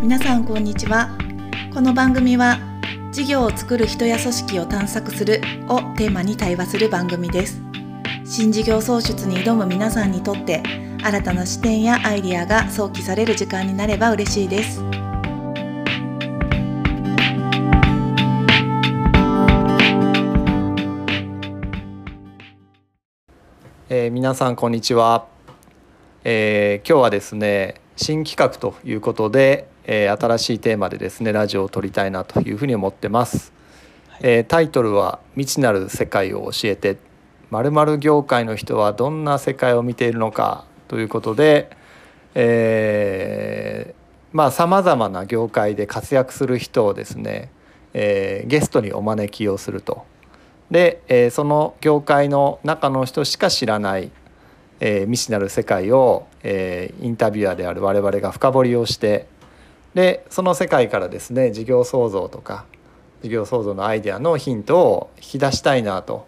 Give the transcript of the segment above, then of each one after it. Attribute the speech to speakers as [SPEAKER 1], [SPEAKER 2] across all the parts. [SPEAKER 1] 皆さんこんにちはこの番組は事業を作る人や組織を探索するをテーマに対話する番組です新事業創出に挑む皆さんにとって新たな視点やアイディアが想起される時間になれば嬉しいです
[SPEAKER 2] えー皆さんこんにちは、えー今日はですね新企画ということで、えー新しいテーマでですねラジオを撮りたいなというふうに思ってます、えータイトルは「未知なる世界を教えて〇〇業界の人はどんな世界を見ているのか」ということでえーまあさまざまな業界で活躍する人をですね、えーゲストにお招きをするとで、えーその業界の中の人しか知らない、えー未知なる世界を、えーインタビュアーである我々が深掘りをしてでその世界からですね事業創造とか事業創造のアイデアのヒントを引き出したいなと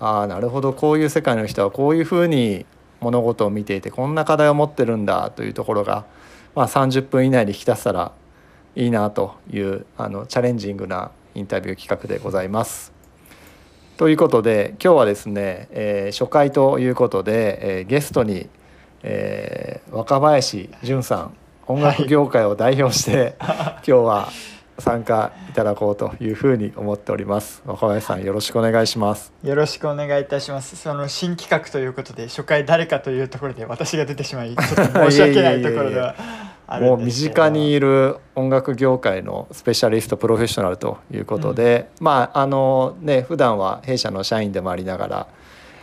[SPEAKER 2] ああなるほどこういう世界の人はこういうふうに物事を見ていてこんな課題を持ってるんだというところが、まあ、30分以内で引き出せたらいいなというあのチャレンジングなインタビュー企画でございます。ということで今日はですね、えー初回ということで、えーゲストに、えー若林淳さん音楽業界を代表して、 今日は参加いただこうというふうに思っております若林さんよろしくお願いします
[SPEAKER 3] よろしくお願いいたします。その新企画ということで、初回誰かというところで私が出て しまい、ちょっと申し訳ないところでは
[SPEAKER 2] も
[SPEAKER 3] ある
[SPEAKER 2] うん身
[SPEAKER 3] ですけど。
[SPEAKER 2] 近にいる音楽業界のスペシャリストプロフェッショナルということで、まああのね普段は弊社の社員でもありながら、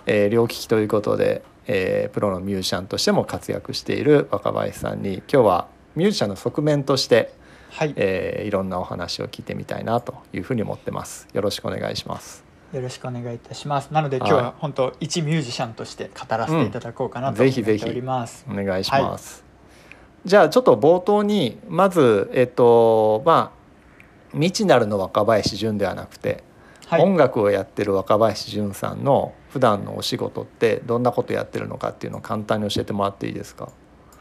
[SPEAKER 2] えー両利きということで、えープロのミュージシャンとしても活躍している若林さんに今日はミュージシャンの側面として、
[SPEAKER 3] はい、
[SPEAKER 2] えーいろんなお話を聞いてみたいなというふうに思ってます。よろしくお願いします。
[SPEAKER 3] よろしくお願いいたします。なので、今日
[SPEAKER 2] はい
[SPEAKER 3] は本当一ミュージシャンとして語らせていただこうかなと
[SPEAKER 2] うん
[SPEAKER 3] 思
[SPEAKER 2] ぜ
[SPEAKER 3] っ
[SPEAKER 2] ひ
[SPEAKER 3] て
[SPEAKER 2] ぜひ
[SPEAKER 3] おります。
[SPEAKER 2] お願いします。じゃあちょっと冒頭にまずえっとまあ未知なるの若林純ではなくて、
[SPEAKER 3] はい、
[SPEAKER 2] 音楽をやってる若林純さんの普段のお仕事ってどんなことやってるのかっていうのを簡単に教えてもらっていいですか。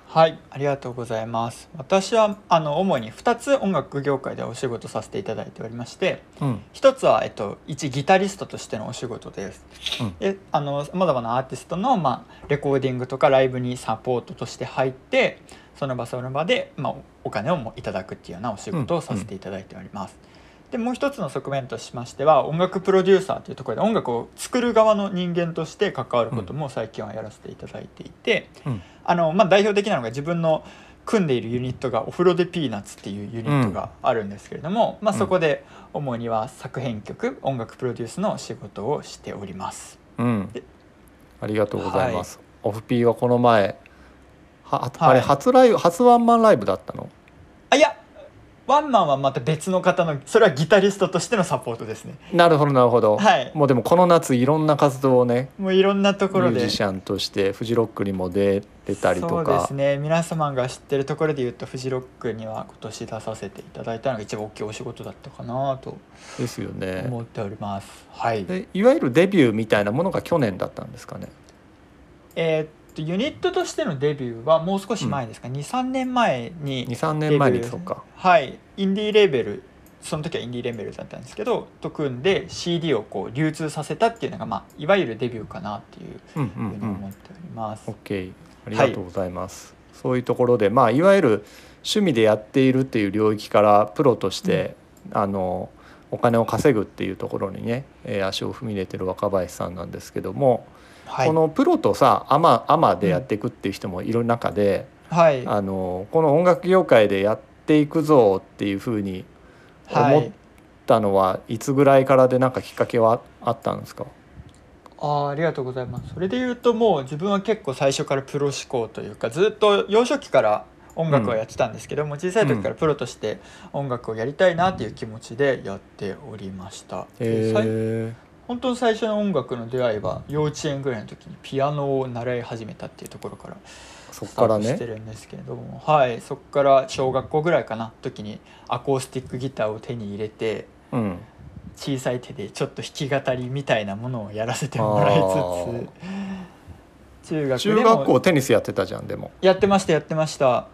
[SPEAKER 3] はい、ありがとうございます。私はあの主に二つ音楽業界でお仕事させていただいておりまして、
[SPEAKER 2] うん
[SPEAKER 3] 一つは、えっと、一ギタリストとしてのお仕事です
[SPEAKER 2] うん。
[SPEAKER 3] えあのさまざまなアーティストの、まあ、レコーディングとかライブにサポートとして入ってその場その場で、まあ、お金をもいただくっていうようなお仕事をさせていただいております。でもう一つの側面としましては音楽プロデューサーというところで音楽を作る側の人間として関わることも最近はやらせていただいていて、
[SPEAKER 2] うん
[SPEAKER 3] あのまあ、代表的なのが自分の組んでいるユニットがオフロデピーナッツっていうユニットがあるんですけれども、まあ、
[SPEAKER 2] うん
[SPEAKER 3] そこで主には作編曲音楽プロデュースの仕事をしております。
[SPEAKER 2] うん
[SPEAKER 3] で。
[SPEAKER 2] ありがとうございます。オフピーはこの前はあれ
[SPEAKER 3] はい
[SPEAKER 2] 初ライブ初ワンマンライブだったの。
[SPEAKER 3] あいやワンマンはまた別の方のそれはギタリストとしてのサポートですね。
[SPEAKER 2] なるほどなるほど。
[SPEAKER 3] はい
[SPEAKER 2] もうでもこの夏いろんな活動をね
[SPEAKER 3] もういろんなところ
[SPEAKER 2] ミュー
[SPEAKER 3] で
[SPEAKER 2] ジシャンとしてフジロックにも出てたりと
[SPEAKER 3] そうで
[SPEAKER 2] か
[SPEAKER 3] すね皆様が知ってるところで言うとフジロックには今年出させていただいたのが一番大きいお仕事だったかなと
[SPEAKER 2] ですよね
[SPEAKER 3] 思っております。はい、
[SPEAKER 2] でいわゆるデビューみたいなものが去年だったんですかね
[SPEAKER 3] えーっとユニットとしてのデビューはもう少し前ですか、23年前に、
[SPEAKER 2] 23年前に
[SPEAKER 3] デビュ
[SPEAKER 2] そ
[SPEAKER 3] ー
[SPEAKER 2] うか
[SPEAKER 3] はい、インディーレーベルその時はインディーレーベルだったんですけどと組んで CD をこう流通させたっていうのが、まあ、いわゆるデビューかなっていう
[SPEAKER 2] うんう
[SPEAKER 3] ふ
[SPEAKER 2] ん
[SPEAKER 3] うに
[SPEAKER 2] うん
[SPEAKER 3] 思っております。
[SPEAKER 2] OK ありがとうございます、そういうところでまあいわゆる趣味でやっているっていう領域からプロとして、あのお金を稼ぐっていうところにね、えー足を踏み入れてる若林さんなんですけども、
[SPEAKER 3] はい
[SPEAKER 2] このプロとさアマアマでやっていくっていう人もいる中で、
[SPEAKER 3] はい
[SPEAKER 2] あのこの音楽業界でやっていくぞっていうふうに
[SPEAKER 3] は
[SPEAKER 2] 思っ
[SPEAKER 3] い
[SPEAKER 2] たのはいつぐらいからでなんかきっかけはあったんですか
[SPEAKER 3] あーありがとうございますそれで言うともう自分は結構最初からプロ志向というかずっと幼少期から音楽をやってたんですけども、小さい時からプロとして音楽をやりたいなっていう気持ちでやっておりました、でさい
[SPEAKER 2] え
[SPEAKER 3] 本当に最初の音楽の出会いは幼稚園ぐらいの時にピアノを習い始めたっていうところから
[SPEAKER 2] そっ
[SPEAKER 3] スタ
[SPEAKER 2] か
[SPEAKER 3] ー
[SPEAKER 2] ら
[SPEAKER 3] トして
[SPEAKER 2] ね
[SPEAKER 3] るんですけれども、はいそこから小学校ぐらいかな時にアコースティックギターを手に入れて
[SPEAKER 2] うん
[SPEAKER 3] 小さい手でちょっと弾き語りみたいなものをやらせてもらいつつ中学
[SPEAKER 2] 中
[SPEAKER 3] で
[SPEAKER 2] 学校
[SPEAKER 3] も
[SPEAKER 2] テニスやってたじゃんでも
[SPEAKER 3] やってましたやってました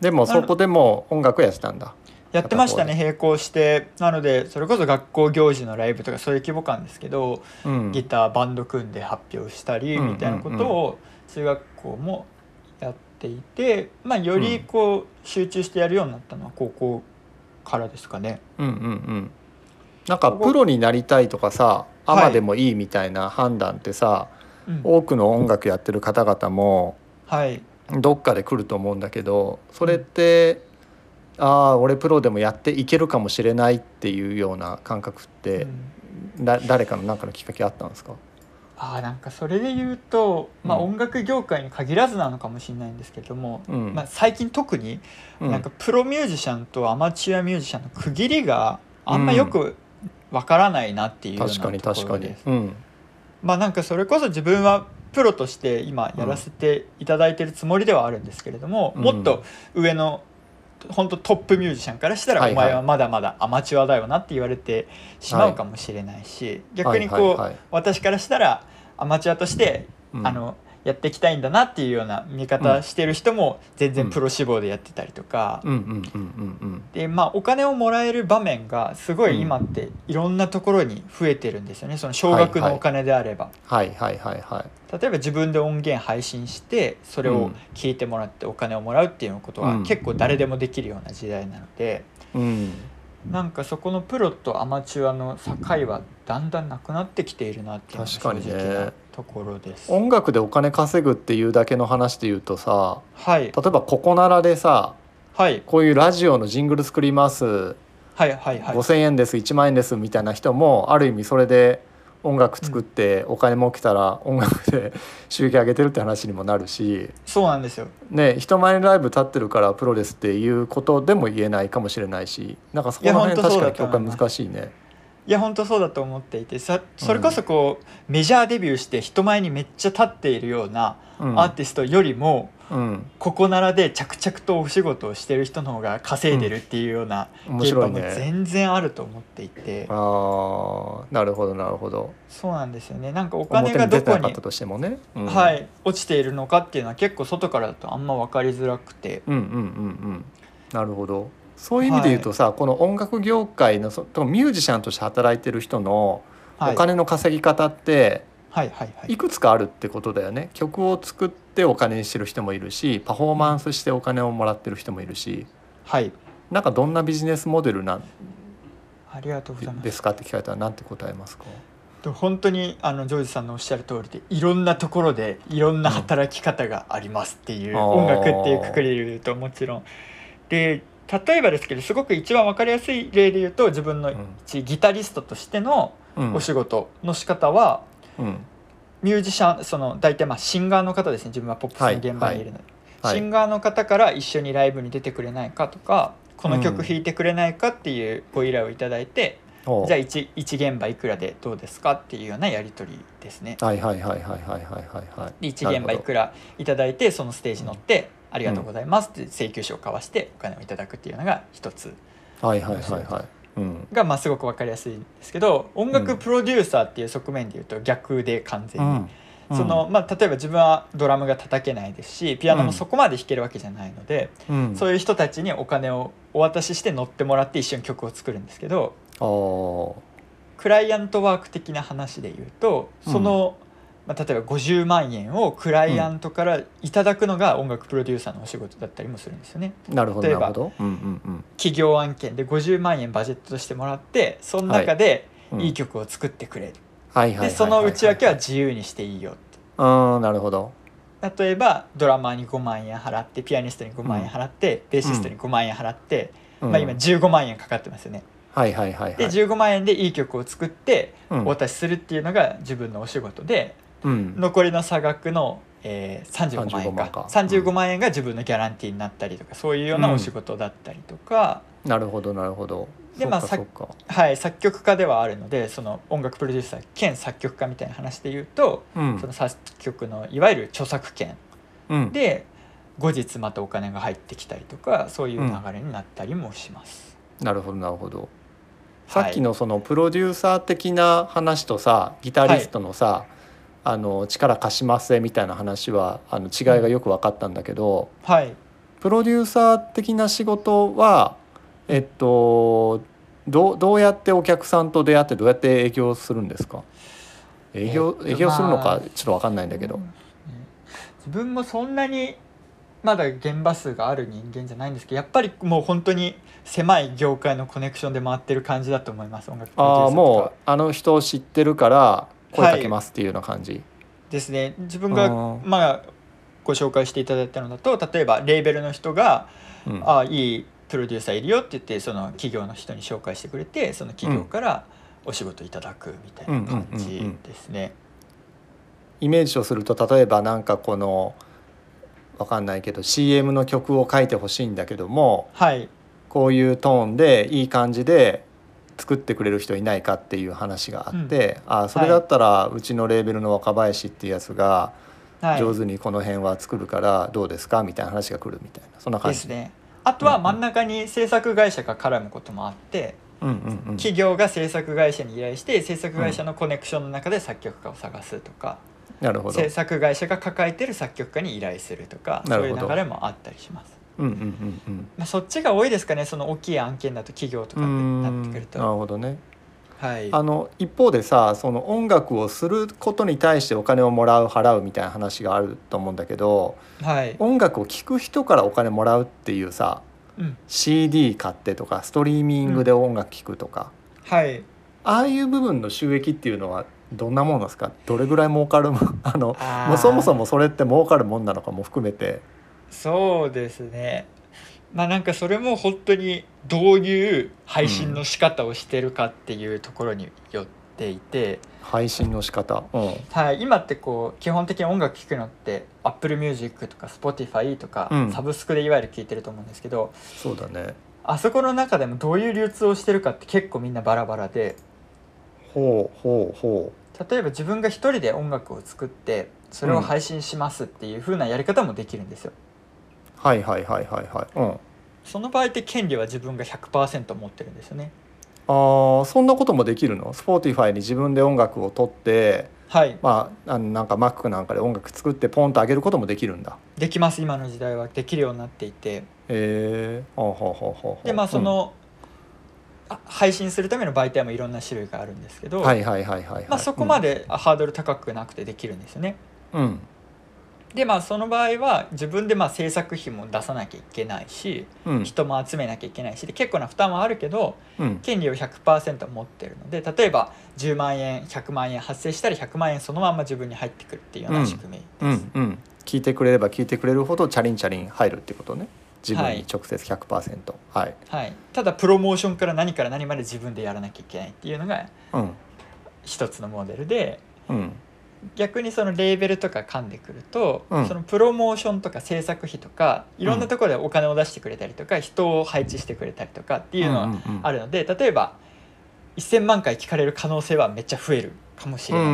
[SPEAKER 2] でもそこでも音楽やってたんだ
[SPEAKER 3] やってましたね
[SPEAKER 2] 片
[SPEAKER 3] 並行してなのでそれこそ学校行事のライブとかそういう規模感ですけど、
[SPEAKER 2] うん
[SPEAKER 3] ギターバンド組んで発表したり
[SPEAKER 2] うん
[SPEAKER 3] みたいなことを中学校もやっていて、まあ、よりこう集中してやるようになったのは高校からですかね。
[SPEAKER 2] うんうんうんなんかプロになりたいとかさアマ
[SPEAKER 3] はい
[SPEAKER 2] でもいいみたいな判断ってさ、
[SPEAKER 3] うん
[SPEAKER 2] 多くの音楽やってる方々も
[SPEAKER 3] はい、
[SPEAKER 2] どっかで来ると思うんだけどそれって、ああ俺プロでもやっていけるかもしれないっていうような感覚って
[SPEAKER 3] う、ん
[SPEAKER 2] だ誰かの何かのきっかけあったんですか
[SPEAKER 3] あーなんかそれで言うと、まあ、
[SPEAKER 2] うん
[SPEAKER 3] 音楽業界に限らずなのかもしれないんですけども、
[SPEAKER 2] うん
[SPEAKER 3] まあ、最近特に
[SPEAKER 2] うん
[SPEAKER 3] なんかプロミュージシャンとアマチュアミュージシャンの区切りがあんまよくわからないなっていうような
[SPEAKER 2] 確
[SPEAKER 3] と
[SPEAKER 2] か
[SPEAKER 3] ころ
[SPEAKER 2] に
[SPEAKER 3] で
[SPEAKER 2] 確
[SPEAKER 3] す、
[SPEAKER 2] かに、うん
[SPEAKER 3] まあなんかそれこそ自分はプロとして今やらせていただいてるつもりではあるんですけれども、
[SPEAKER 2] うん
[SPEAKER 3] もっと上の本当トップミュージシャンからしたら、
[SPEAKER 2] はいはい
[SPEAKER 3] お前はまだまだアマチュアだよなって言われてしまうかもしれないし、逆にこう、
[SPEAKER 2] はいはいはい
[SPEAKER 3] 私からしたらアマチュアとして、
[SPEAKER 2] うん
[SPEAKER 3] あのやっていきたいんだなっていうような見方してる人も全
[SPEAKER 2] う
[SPEAKER 3] 然
[SPEAKER 2] ん
[SPEAKER 3] プロ志望でやってたりとか、
[SPEAKER 2] うんうんうんうんうん
[SPEAKER 3] でまあ、お金をもらえる場面がすごい今っていろんなところに増えてるんですよねその少
[SPEAKER 2] は
[SPEAKER 3] 額
[SPEAKER 2] いは
[SPEAKER 3] の
[SPEAKER 2] い
[SPEAKER 3] お金であれば、
[SPEAKER 2] はいはいはいはい
[SPEAKER 3] 例えば自分で音源配信してそれ
[SPEAKER 2] う
[SPEAKER 3] を
[SPEAKER 2] ん
[SPEAKER 3] 聞いてもらってお金をもらうっていうこと
[SPEAKER 2] う
[SPEAKER 3] は
[SPEAKER 2] ん
[SPEAKER 3] 結構誰でもできるような時代なので、
[SPEAKER 2] うん
[SPEAKER 3] なんかそこのプロとアマチュアの境はだんだんなくなってきているなっていうのが
[SPEAKER 2] 確か
[SPEAKER 3] 正
[SPEAKER 2] にね
[SPEAKER 3] 直なところです。
[SPEAKER 2] 音楽でお金稼ぐっていうだけの話で言うとさ
[SPEAKER 3] はい
[SPEAKER 2] 例えば「ここなら」でさ
[SPEAKER 3] はい
[SPEAKER 2] こういうラジオのジングル作ります
[SPEAKER 3] はいはいはい
[SPEAKER 2] 5,000円です1万円ですみたいな人もある意味それで音楽作ってお金儲けたら音楽で 収益上げてるって話にもなるし、
[SPEAKER 3] そうなんですよ
[SPEAKER 2] ね、人前にライブ立ってるからプロですっていうことでも言えないかもしれないしなんかそこら辺
[SPEAKER 3] いや
[SPEAKER 2] 確
[SPEAKER 3] 本当
[SPEAKER 2] かに
[SPEAKER 3] そ
[SPEAKER 2] 境
[SPEAKER 3] うだと
[SPEAKER 2] 界
[SPEAKER 3] 思います
[SPEAKER 2] 難しいね。
[SPEAKER 3] いや本当そうだと思っていてさそれこそこう、メジャーデビューして人前にめっちゃ立っているような
[SPEAKER 2] うん
[SPEAKER 3] アーティストよりも、
[SPEAKER 2] うん、
[SPEAKER 3] ここならで着々とお仕事をしてる人の方が稼いでるっていうような
[SPEAKER 2] 面
[SPEAKER 3] 現場
[SPEAKER 2] 白い
[SPEAKER 3] も
[SPEAKER 2] ね。
[SPEAKER 3] 全然あると思っていて、
[SPEAKER 2] あーなるほどなるほど。
[SPEAKER 3] そうなんですよねなんかお金
[SPEAKER 2] 表
[SPEAKER 3] が
[SPEAKER 2] に出
[SPEAKER 3] ど
[SPEAKER 2] て
[SPEAKER 3] こ
[SPEAKER 2] なかっ
[SPEAKER 3] に
[SPEAKER 2] た、としてもね。うん
[SPEAKER 3] は、い、落ちているのかっていうのは結構外からだとあんま分かりづらくて、
[SPEAKER 2] うんうんうんうん、なるほどそういう意味で言うとさ、この音楽業界のそミュージシャンとして働いてる人の
[SPEAKER 3] はい、
[SPEAKER 2] お金の稼ぎ方って
[SPEAKER 3] はいはいはい
[SPEAKER 2] いくつかあるってことだよね、曲を作ってお金にしてる人もいるしパフォーマンスしてお金をもらってる人もいるし
[SPEAKER 3] はい
[SPEAKER 2] なんかどんなビジネスモデルなん
[SPEAKER 3] ありがとうございます
[SPEAKER 2] ですかって聞かれたらなんて答えますか
[SPEAKER 3] で本当にあのジョージさんのおっしゃる通りでいろんなところでいろんな働き方がありますっていう、
[SPEAKER 2] うん
[SPEAKER 3] 音楽っていうくくりで言うともちろん。で例えばですけどすごく一番分かりやすい例で言うと自分の
[SPEAKER 2] うん
[SPEAKER 3] 一ギタリストとしての
[SPEAKER 2] うん
[SPEAKER 3] お仕事の仕方は、
[SPEAKER 2] うん
[SPEAKER 3] ミュージシャンその大体まあシンガーの方ですね自分はポップスの現場にいるので、
[SPEAKER 2] はい
[SPEAKER 3] シンガーの方から一緒にライブに出てくれないかとかこ
[SPEAKER 2] う
[SPEAKER 3] の曲
[SPEAKER 2] ん
[SPEAKER 3] 弾いてくれないかっていうご依頼をいただいて、
[SPEAKER 2] ほう
[SPEAKER 3] じゃあ 1, 1現場いくらでどうですかっていうようなやり取りですね。
[SPEAKER 2] はいはいはいはいはいはいはいはい
[SPEAKER 3] で1現場いくらいただいてそのステージ乗って「ありがとうございます」って請求書を交わしてお金をいただくっていうのが一つ
[SPEAKER 2] はいはいはいはいうん
[SPEAKER 3] がまあすごく分かりやすいんですけど音楽プロデューサーっていう側面でいうと逆で完全に。
[SPEAKER 2] うん
[SPEAKER 3] そのまあ、例えば自分はドラムが叩けないですしピアノもそこまで弾けるわけじゃないので、
[SPEAKER 2] うん
[SPEAKER 3] そういう人たちにお金をお渡しして乗ってもらって一緒に曲を作るんですけど
[SPEAKER 2] あー
[SPEAKER 3] クライアントワーク的な話で言うとその、まあ、例えば50万円をクライアントからいただくのが音楽プロデューサーのお仕事だったりもするんですよね。
[SPEAKER 2] なるほど
[SPEAKER 3] 例
[SPEAKER 2] な
[SPEAKER 3] え
[SPEAKER 2] る
[SPEAKER 3] ば
[SPEAKER 2] ほど。うんうんうん
[SPEAKER 3] 企業案件で50万円バジェットとしてもらってその中で
[SPEAKER 2] うん
[SPEAKER 3] いい曲を作ってくれ、
[SPEAKER 2] はいはいはいはいはい
[SPEAKER 3] でその内訳は自由にしていいよって。
[SPEAKER 2] うんなるほど
[SPEAKER 3] 例えばドラマーに5万円払ってピアニストに5万円払って、ベーシストに5万円払って、
[SPEAKER 2] うん
[SPEAKER 3] まあ、今15万円かかってますよね。
[SPEAKER 2] はいはいはいはい
[SPEAKER 3] で15万円でいい曲を作って
[SPEAKER 2] うん
[SPEAKER 3] お渡しするっていうのが自分のお仕事で
[SPEAKER 2] うん
[SPEAKER 3] 残りの差額の、えー、35万円
[SPEAKER 2] 35
[SPEAKER 3] か
[SPEAKER 2] 万か
[SPEAKER 3] 35万円が自分のギャランティーになったりとかそういうようなお仕事だったりとか、
[SPEAKER 2] なるほどなるほど
[SPEAKER 3] でまあ
[SPEAKER 2] そっかそっか
[SPEAKER 3] はい、作曲家ではあるのでその音楽プロデューサー兼作曲家みたいな話で言うと、
[SPEAKER 2] うん
[SPEAKER 3] その作曲のいわゆる著作権
[SPEAKER 2] うん
[SPEAKER 3] で後日またお金が入ってきたりとかそういう流れになったりもします。
[SPEAKER 2] なるほどなるほどさ
[SPEAKER 3] はい
[SPEAKER 2] っきのそのプロデューサー的な話とさギタリストのさ、あの力貸しますみたいな話はあの違いがよく分かったんだけど、
[SPEAKER 3] はい、
[SPEAKER 2] プロデューサー的な仕事はえっとどうどうやってお客さんと出会ってどうやって営業するんですか営業,、
[SPEAKER 3] えっと
[SPEAKER 2] 営業するの
[SPEAKER 3] ま
[SPEAKER 2] か
[SPEAKER 3] あ
[SPEAKER 2] ちょっとわかんないんだけど、
[SPEAKER 3] 自分もそんなにまだ現場数がある人間じゃないんですけどやっぱりもう本当に狭い業界のコネクションで回ってる感じだと思います音楽プロデ
[SPEAKER 2] あ
[SPEAKER 3] ュー
[SPEAKER 2] あ
[SPEAKER 3] サーと
[SPEAKER 2] も
[SPEAKER 3] か
[SPEAKER 2] うあの人を知ってるから声かけますっていうような感じ、
[SPEAKER 3] ですね自分が
[SPEAKER 2] あー
[SPEAKER 3] まあご紹介していただいたのだと例えばレーベルの人が
[SPEAKER 2] うん
[SPEAKER 3] 「ああいいプロデューサーいるよ」って言ってその企業の人に紹介してくれてその企業からお仕事いただくみたいな感
[SPEAKER 2] うんうんうんう
[SPEAKER 3] じ
[SPEAKER 2] ん
[SPEAKER 3] ですね。
[SPEAKER 2] イメージをすると例えばなんかこのわかんないけど CM の曲を書いてほしいんだけども
[SPEAKER 3] はい
[SPEAKER 2] こういうトーンでいい感じで作ってくれる人いないかっていう話があって、ああそれだったらうちのレーベルの若林っていうやつが
[SPEAKER 3] はい、
[SPEAKER 2] 上手にこの辺は作るからどうですかみたいな話が来るみたいなそんな感
[SPEAKER 3] で
[SPEAKER 2] じ
[SPEAKER 3] すね。あと
[SPEAKER 2] う
[SPEAKER 3] は
[SPEAKER 2] んうん
[SPEAKER 3] 真ん中に制作会社が絡むこともあって、
[SPEAKER 2] うんうんうん
[SPEAKER 3] 企業が制作会社に依頼して制作会社のコネクションの中で作曲家を探すとか、
[SPEAKER 2] なるほど。
[SPEAKER 3] 制作会社が抱えてる作曲家に依頼するとか
[SPEAKER 2] な
[SPEAKER 3] そ
[SPEAKER 2] る
[SPEAKER 3] うい
[SPEAKER 2] ほど
[SPEAKER 3] う流れもあったりします。
[SPEAKER 2] うんうんうんうん
[SPEAKER 3] まあ、そっちが多いですかねその大きい案件だと企業と
[SPEAKER 2] うー
[SPEAKER 3] かって
[SPEAKER 2] ん
[SPEAKER 3] なってくる
[SPEAKER 2] な
[SPEAKER 3] と。
[SPEAKER 2] るほどね。
[SPEAKER 3] はい、
[SPEAKER 2] あの一方でさその音楽をすることに対してお金をもらう払うみたいな話があると思うんだけど
[SPEAKER 3] はい
[SPEAKER 2] 音楽を聴く人からお金もらうっていうさ
[SPEAKER 3] うん、
[SPEAKER 2] CD 買ってとかストリーミングで音楽聴くとか、
[SPEAKER 3] はい
[SPEAKER 2] ああいう部分の収益っていうのはどんなものなんですかどれぐらい儲かるも あの
[SPEAKER 3] あー
[SPEAKER 2] もうそもそもそれって儲かるもんなのかも含めて。
[SPEAKER 3] そうですねまあなんかそれも本当にどういう配信の仕方をしてるかっていうところによっていて、
[SPEAKER 2] 配信の仕方、うん、うん
[SPEAKER 3] はい、今ってこう基本的に音楽聴くのって Apple Music とか Spotify とか、
[SPEAKER 2] うん
[SPEAKER 3] サブスクでいわゆる聴いてると思うんですけど
[SPEAKER 2] そうだね
[SPEAKER 3] あそこの中でもどういう流通をしてるかって結構みんなバラバラで
[SPEAKER 2] ほうほうほ
[SPEAKER 3] 例えば自分が一人で音楽を作ってそれを配信しますっていう風なやり方もできるんですよ。
[SPEAKER 2] うはいはいはいはいはい、うん、
[SPEAKER 3] その場合って権利は自分が100%持ってるんですよね。
[SPEAKER 2] あーそんなこともできるの Spotify に自分で音楽を取って、
[SPEAKER 3] はい、
[SPEAKER 2] まあ、あのなんか Mac なんかで音楽作ってポンと上げることもできるんだ。
[SPEAKER 3] できます今の時代はできるようになっていて
[SPEAKER 2] えー、ほうほうほうほうほう
[SPEAKER 3] でまあそ、の、あ配信するための媒体もいろんな種類があるんですけ
[SPEAKER 2] う
[SPEAKER 3] ど、
[SPEAKER 2] んはいはいはいはい、はい
[SPEAKER 3] まあ、そこま、であハードル高くなくてできるんですよね。
[SPEAKER 2] うんうん
[SPEAKER 3] でまあその場合は自分でまあ制作費も出さなきゃいけないし
[SPEAKER 2] うん
[SPEAKER 3] 人も集めなきゃいけないしで結構な負担もあるけど
[SPEAKER 2] うん、
[SPEAKER 3] 権利を100%持ってるので例えば10万円100万円発生したら100万円そのまんま自分に入ってくるっていうような仕組みです。
[SPEAKER 2] うんうん聞いてくれれば聞いてくれるほどチャリンチャリン入るってことね自分に直接100%はい、
[SPEAKER 3] はい、ただプロモーションから何から何まで自分でやらなきゃいけないっていうのが
[SPEAKER 2] うん
[SPEAKER 3] 一つのモデルで
[SPEAKER 2] うん
[SPEAKER 3] 逆にそのレーベルとか噛んでくると、
[SPEAKER 2] うん
[SPEAKER 3] そのプロモーションとか制作費とかいろんなところでお金を出してくれたりとか、人を配置してくれたりとかっていうの
[SPEAKER 2] うんうん
[SPEAKER 3] は
[SPEAKER 2] うん
[SPEAKER 3] あるので、例えば1,000万回聞かれる可能性はめっちゃ増えるかもし
[SPEAKER 2] う
[SPEAKER 3] れない、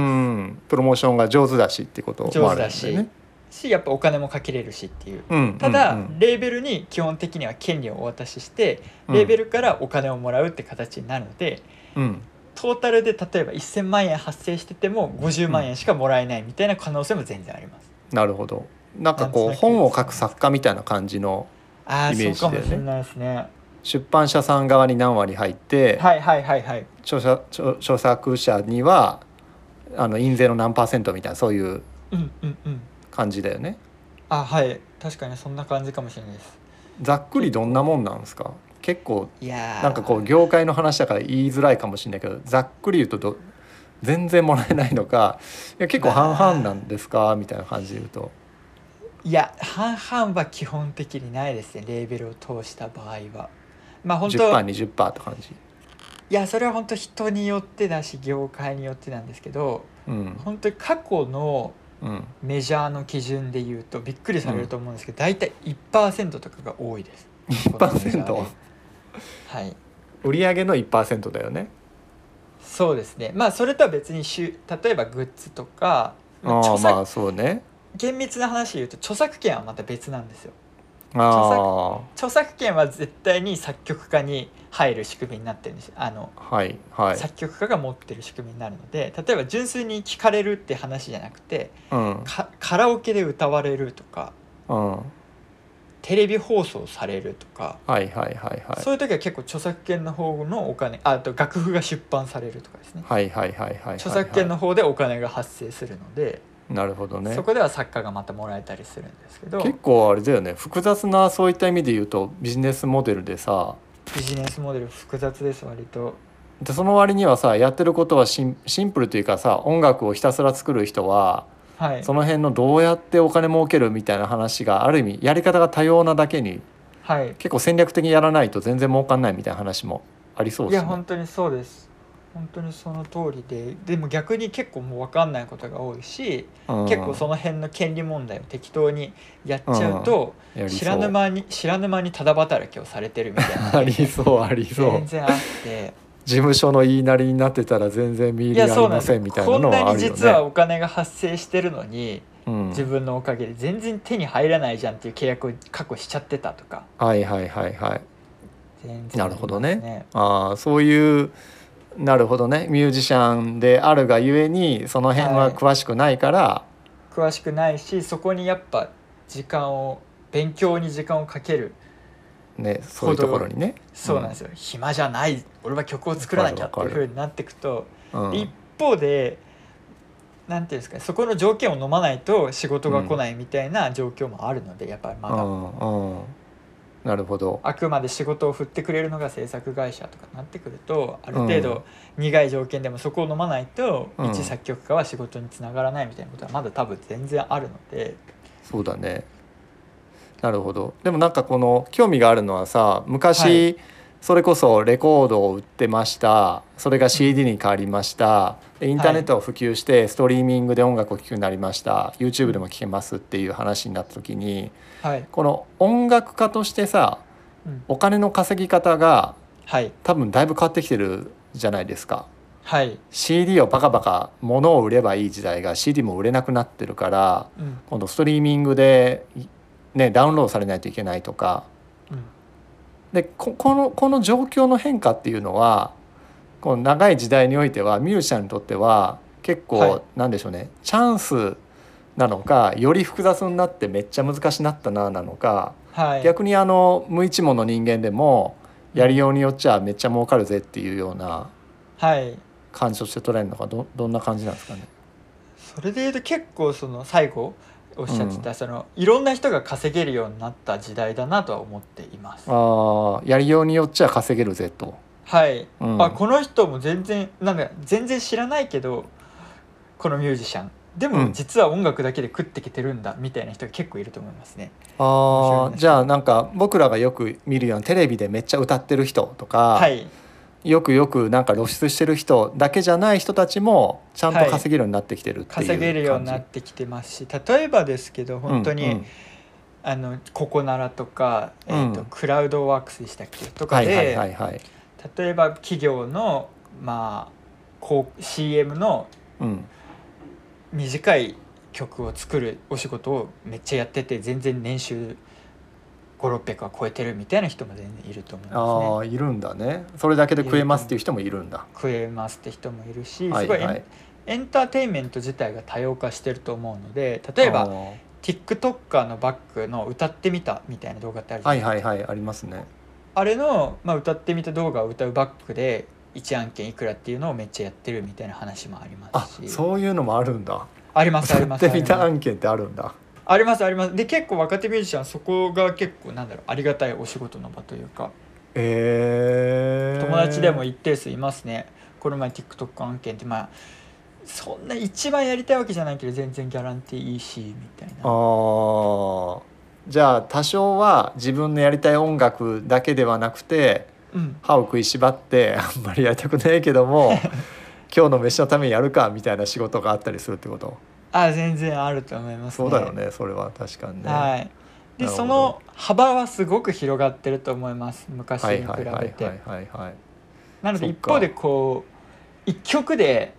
[SPEAKER 2] んプロモーションが上手だしってこともあるんだよね
[SPEAKER 3] 上手だししやっぱお金もかけれるしっていう。
[SPEAKER 2] うんうんうん、
[SPEAKER 3] ただ、レーベルに基本的には権利をお渡ししてレーベルからお金をもらうって形になるので、
[SPEAKER 2] うん
[SPEAKER 3] トータルで例えば1,000万円発生してても50万円しかもらえないみたいな可能性も全然あります。
[SPEAKER 2] なるほどなんかこ
[SPEAKER 3] な
[SPEAKER 2] うん
[SPEAKER 3] となく
[SPEAKER 2] 本を書く作家みたいな感じの
[SPEAKER 3] ああ、
[SPEAKER 2] イメージ
[SPEAKER 3] そうか
[SPEAKER 2] だよ
[SPEAKER 3] も
[SPEAKER 2] ね
[SPEAKER 3] しれないですね。
[SPEAKER 2] 出版社さん側に何割入って、
[SPEAKER 3] はいはいはいはい。
[SPEAKER 2] 著者著著作者にはあの印税の何パーセントみたいなそういう
[SPEAKER 3] うんうんうん。
[SPEAKER 2] 感じだよね
[SPEAKER 3] あはい。確かにそんな感じかもしれないです。
[SPEAKER 2] ざっくりどんなもんなんですか結構
[SPEAKER 3] いやー
[SPEAKER 2] なんかこう業界の話だから言いづらいかもしれないけどざっくり言うとど全然もらえないのかいや結構半々なんですかみたいな感じで言うと
[SPEAKER 3] いや半々は基本的にないですねレーベルを通した場合は。まあ本当い
[SPEAKER 2] 10%20% って感じ。
[SPEAKER 3] やそれは本当人によってだし業界によってなんですけど
[SPEAKER 2] うん
[SPEAKER 3] 本当に過去の
[SPEAKER 2] うん、
[SPEAKER 3] メジャーの基準で言うとびっくりされると思うんですけど、大体1%とかが多いです。
[SPEAKER 2] 1%?
[SPEAKER 3] はい。
[SPEAKER 2] 売り上げの1%だよね。
[SPEAKER 3] そうですね。まあそれとは別にしゅ例えばグッズとか、まあ
[SPEAKER 2] ああ
[SPEAKER 3] 著
[SPEAKER 2] ー
[SPEAKER 3] 作
[SPEAKER 2] まあそうね。
[SPEAKER 3] 厳密な話で言うと著作権はまた別なんですよ。
[SPEAKER 2] あ
[SPEAKER 3] 著作権は絶対に作曲家に入る仕組みになってるんです。あの
[SPEAKER 2] あはいはい。
[SPEAKER 3] 作曲家が持ってる仕組みになるので例えば純粋に聞かれるって話じゃなくて
[SPEAKER 2] うん
[SPEAKER 3] かカラオケで歌われるとか
[SPEAKER 2] うん
[SPEAKER 3] テレビ放送されるとか、
[SPEAKER 2] はいはいはいはい
[SPEAKER 3] そういう時は結構著作権の方のお金ああと楽譜が出版されるとかですね、
[SPEAKER 2] はいはいはいはいはいはい
[SPEAKER 3] 著作権の方でお金が発生するので、
[SPEAKER 2] なるほどね
[SPEAKER 3] そこでは作家がまたもらえたりするんですけど
[SPEAKER 2] 結構あれだよね複雑なそういった意味で言うとビジネスモデルでさ
[SPEAKER 3] ビジネスモデル複雑です割と
[SPEAKER 2] でその割にはさやってることはシンシンプルというかさ音楽をひたすら作る人は
[SPEAKER 3] はい
[SPEAKER 2] その辺のどうやってお金儲けるみたいな話がある意味やり方が多様なだけに
[SPEAKER 3] はい
[SPEAKER 2] 結構戦略的にやらないと全然儲かんないみたいな話もありそう
[SPEAKER 3] い
[SPEAKER 2] で
[SPEAKER 3] や
[SPEAKER 2] すね
[SPEAKER 3] 本。当にそうです本当にその通りででも逆に結構もう分かんないことが多いし、
[SPEAKER 2] うん
[SPEAKER 3] 結構その辺の権利問題を適当にやっちゃうと、
[SPEAKER 2] やりそう
[SPEAKER 3] 知らぬ間に知らぬ間にただ働きをされてるみたいな
[SPEAKER 2] ありそうありそう
[SPEAKER 3] 全然あって
[SPEAKER 2] 事務所の言いなりになってたら全然見入
[SPEAKER 3] い
[SPEAKER 2] りあ
[SPEAKER 3] やそ
[SPEAKER 2] り
[SPEAKER 3] うなん
[SPEAKER 2] ま
[SPEAKER 3] です
[SPEAKER 2] せ
[SPEAKER 3] よ
[SPEAKER 2] んみたいな
[SPEAKER 3] こん
[SPEAKER 2] のは
[SPEAKER 3] な
[SPEAKER 2] あ
[SPEAKER 3] に
[SPEAKER 2] るよ
[SPEAKER 3] 実は
[SPEAKER 2] ね。
[SPEAKER 3] お金が発生してるのに
[SPEAKER 2] うん
[SPEAKER 3] 自分のおかげで全然手に入らないじゃんっていう契約を過去しちゃってたとか
[SPEAKER 2] はいはいはいはい。
[SPEAKER 3] 全然
[SPEAKER 2] なるほどね
[SPEAKER 3] あります
[SPEAKER 2] ああそういうなるほどねミュージシャンであるがゆえにその辺は詳しくないから、
[SPEAKER 3] 詳しくないしそこにやっぱ時間を勉強に時間をかける
[SPEAKER 2] ねそういうところにね。
[SPEAKER 3] そうなんですよ、暇じゃない俺は曲を作らなきゃっていうふうになっていくと、
[SPEAKER 2] うん
[SPEAKER 3] 一方でなんていうんですかねそこの条件を飲まないと仕事が来ないみたいな状況もあるので、やっぱりまだ、
[SPEAKER 2] うんうん、なるほど。
[SPEAKER 3] あくまで仕事を振ってくれるのが制作会社とかになってくるとある
[SPEAKER 2] う
[SPEAKER 3] 程
[SPEAKER 2] ん
[SPEAKER 3] 度苦い条件でもそこを飲まないと、
[SPEAKER 2] うん
[SPEAKER 3] 一作曲家は仕事につながらないみたいなことはまだ多分全然あるので、
[SPEAKER 2] そうだね。なるほど。でもなんかこの興味があるのはさ、昔、
[SPEAKER 3] は
[SPEAKER 2] それこそレコードを売ってました。それが CD に変わりました。でインターネットを普及してストリーミングで音楽を聴くようになりました。YouTube でも聴けますっていう話になった時に、
[SPEAKER 3] はい
[SPEAKER 2] この音楽家としてさ、
[SPEAKER 3] うん
[SPEAKER 2] お金の稼ぎ方が
[SPEAKER 3] はい
[SPEAKER 2] 多分だいぶ変わってきてるじゃないですか。
[SPEAKER 3] はい、
[SPEAKER 2] CD をバカバカ物を売ればいい時代が CD も売れなくなってるから
[SPEAKER 3] うん
[SPEAKER 2] 今度ストリーミングで、ね、ダウンロードされないといけないとか
[SPEAKER 3] うん、
[SPEAKER 2] でここのこの状況の変化っていうのはこの長い時代においてはミュージシャンにとっては結構、
[SPEAKER 3] はい
[SPEAKER 2] なんでしょうねチャンスなのかより複雑になってめっちゃ難しになったななのか
[SPEAKER 3] はい
[SPEAKER 2] 逆にあの無一文の人間でもやりようによっちゃめっちゃ儲かるぜっていうような
[SPEAKER 3] はい
[SPEAKER 2] 感じとして捉えるのかどどんな感じなんですかね。
[SPEAKER 3] それで言うと結構その最後おっしゃってた、そのいろんな人が稼げるようになった時代だなとは思っています。
[SPEAKER 2] あーやりようによっちゃ稼げるぜと。
[SPEAKER 3] はい、
[SPEAKER 2] うん
[SPEAKER 3] あこの人も全然なんか全然知らないけどこのミュージシャンで
[SPEAKER 2] うん
[SPEAKER 3] も実は音楽だけで食ってきてるんだみたいな人が結構いると思いますね。白
[SPEAKER 2] あー
[SPEAKER 3] いね
[SPEAKER 2] じゃあなんか僕らがよく見るようなテレビでめっちゃ歌ってる人とか、
[SPEAKER 3] はい、
[SPEAKER 2] よくよくなんか露出してる人だけじゃない人たちもちゃんと
[SPEAKER 3] はい
[SPEAKER 2] 稼げるようになってきてるっていう感じ、
[SPEAKER 3] 稼げるようになってきてますし例えばですけど本当に、
[SPEAKER 2] うんうん
[SPEAKER 3] あのココナラとか、えーと
[SPEAKER 2] うん
[SPEAKER 3] クラウドワークスでしたっけと
[SPEAKER 2] は
[SPEAKER 3] か
[SPEAKER 2] い
[SPEAKER 3] で、
[SPEAKER 2] はいはいはい、
[SPEAKER 3] 例えば企業のまあこう CM の
[SPEAKER 2] うん、
[SPEAKER 3] 短い曲を作るお仕事をめっちゃやってて全然年収5600は超えてるみたいな人も全然いると思い
[SPEAKER 2] あ
[SPEAKER 3] ますね。
[SPEAKER 2] あいるんだねそれだけで食えますっていう人もいるんだ
[SPEAKER 3] 食えますって人もいるし
[SPEAKER 2] は
[SPEAKER 3] す
[SPEAKER 2] い
[SPEAKER 3] ごいエン,、
[SPEAKER 2] はい
[SPEAKER 3] ターテインメント自体が多様化してると思うので例え
[SPEAKER 2] あ
[SPEAKER 3] ば
[SPEAKER 2] ー
[SPEAKER 3] TikToker のバックの歌ってみたみたいな動画ってあるじゃ
[SPEAKER 2] は
[SPEAKER 3] ないいですか、
[SPEAKER 2] はいはいありますね
[SPEAKER 3] あれの、まあ、歌ってみた動画を歌うバックで1案件いくらっていうのをめっちゃやってるみたいな話もありま
[SPEAKER 2] あ
[SPEAKER 3] すし
[SPEAKER 2] そういうのもあるんだ
[SPEAKER 3] ありますあり
[SPEAKER 2] や
[SPEAKER 3] ま
[SPEAKER 2] っ
[SPEAKER 3] す
[SPEAKER 2] て
[SPEAKER 3] あり
[SPEAKER 2] み
[SPEAKER 3] ます
[SPEAKER 2] た案件ってあるんだ
[SPEAKER 3] ありますありますで結構若手ミュージシャンそこが結構なんだろうありがたいお仕事の場というか
[SPEAKER 2] えー、
[SPEAKER 3] 友達でも一定数いますねこの前 TikTok 案件ってまあそんな一番やりたいわけじゃないけど全然ギャランティーいいしみたいな
[SPEAKER 2] ああじゃあ多少は自分のやりたい音楽だけではなくて
[SPEAKER 3] うん
[SPEAKER 2] 歯を食いしばってあんまりやりたくないけど も今日の飯のためにやるかみたいな仕事があったりするってこと
[SPEAKER 3] あ全然あると思いますね
[SPEAKER 2] そうだよねそれは確かにね、
[SPEAKER 3] はい
[SPEAKER 2] なるほ
[SPEAKER 3] で
[SPEAKER 2] ど
[SPEAKER 3] その幅はすごく広がってると思います昔
[SPEAKER 2] は
[SPEAKER 3] に
[SPEAKER 2] い
[SPEAKER 3] 比
[SPEAKER 2] はいは
[SPEAKER 3] べ
[SPEAKER 2] いはい
[SPEAKER 3] て
[SPEAKER 2] はいはい
[SPEAKER 3] なので
[SPEAKER 2] そっか
[SPEAKER 3] 一方でこう一曲で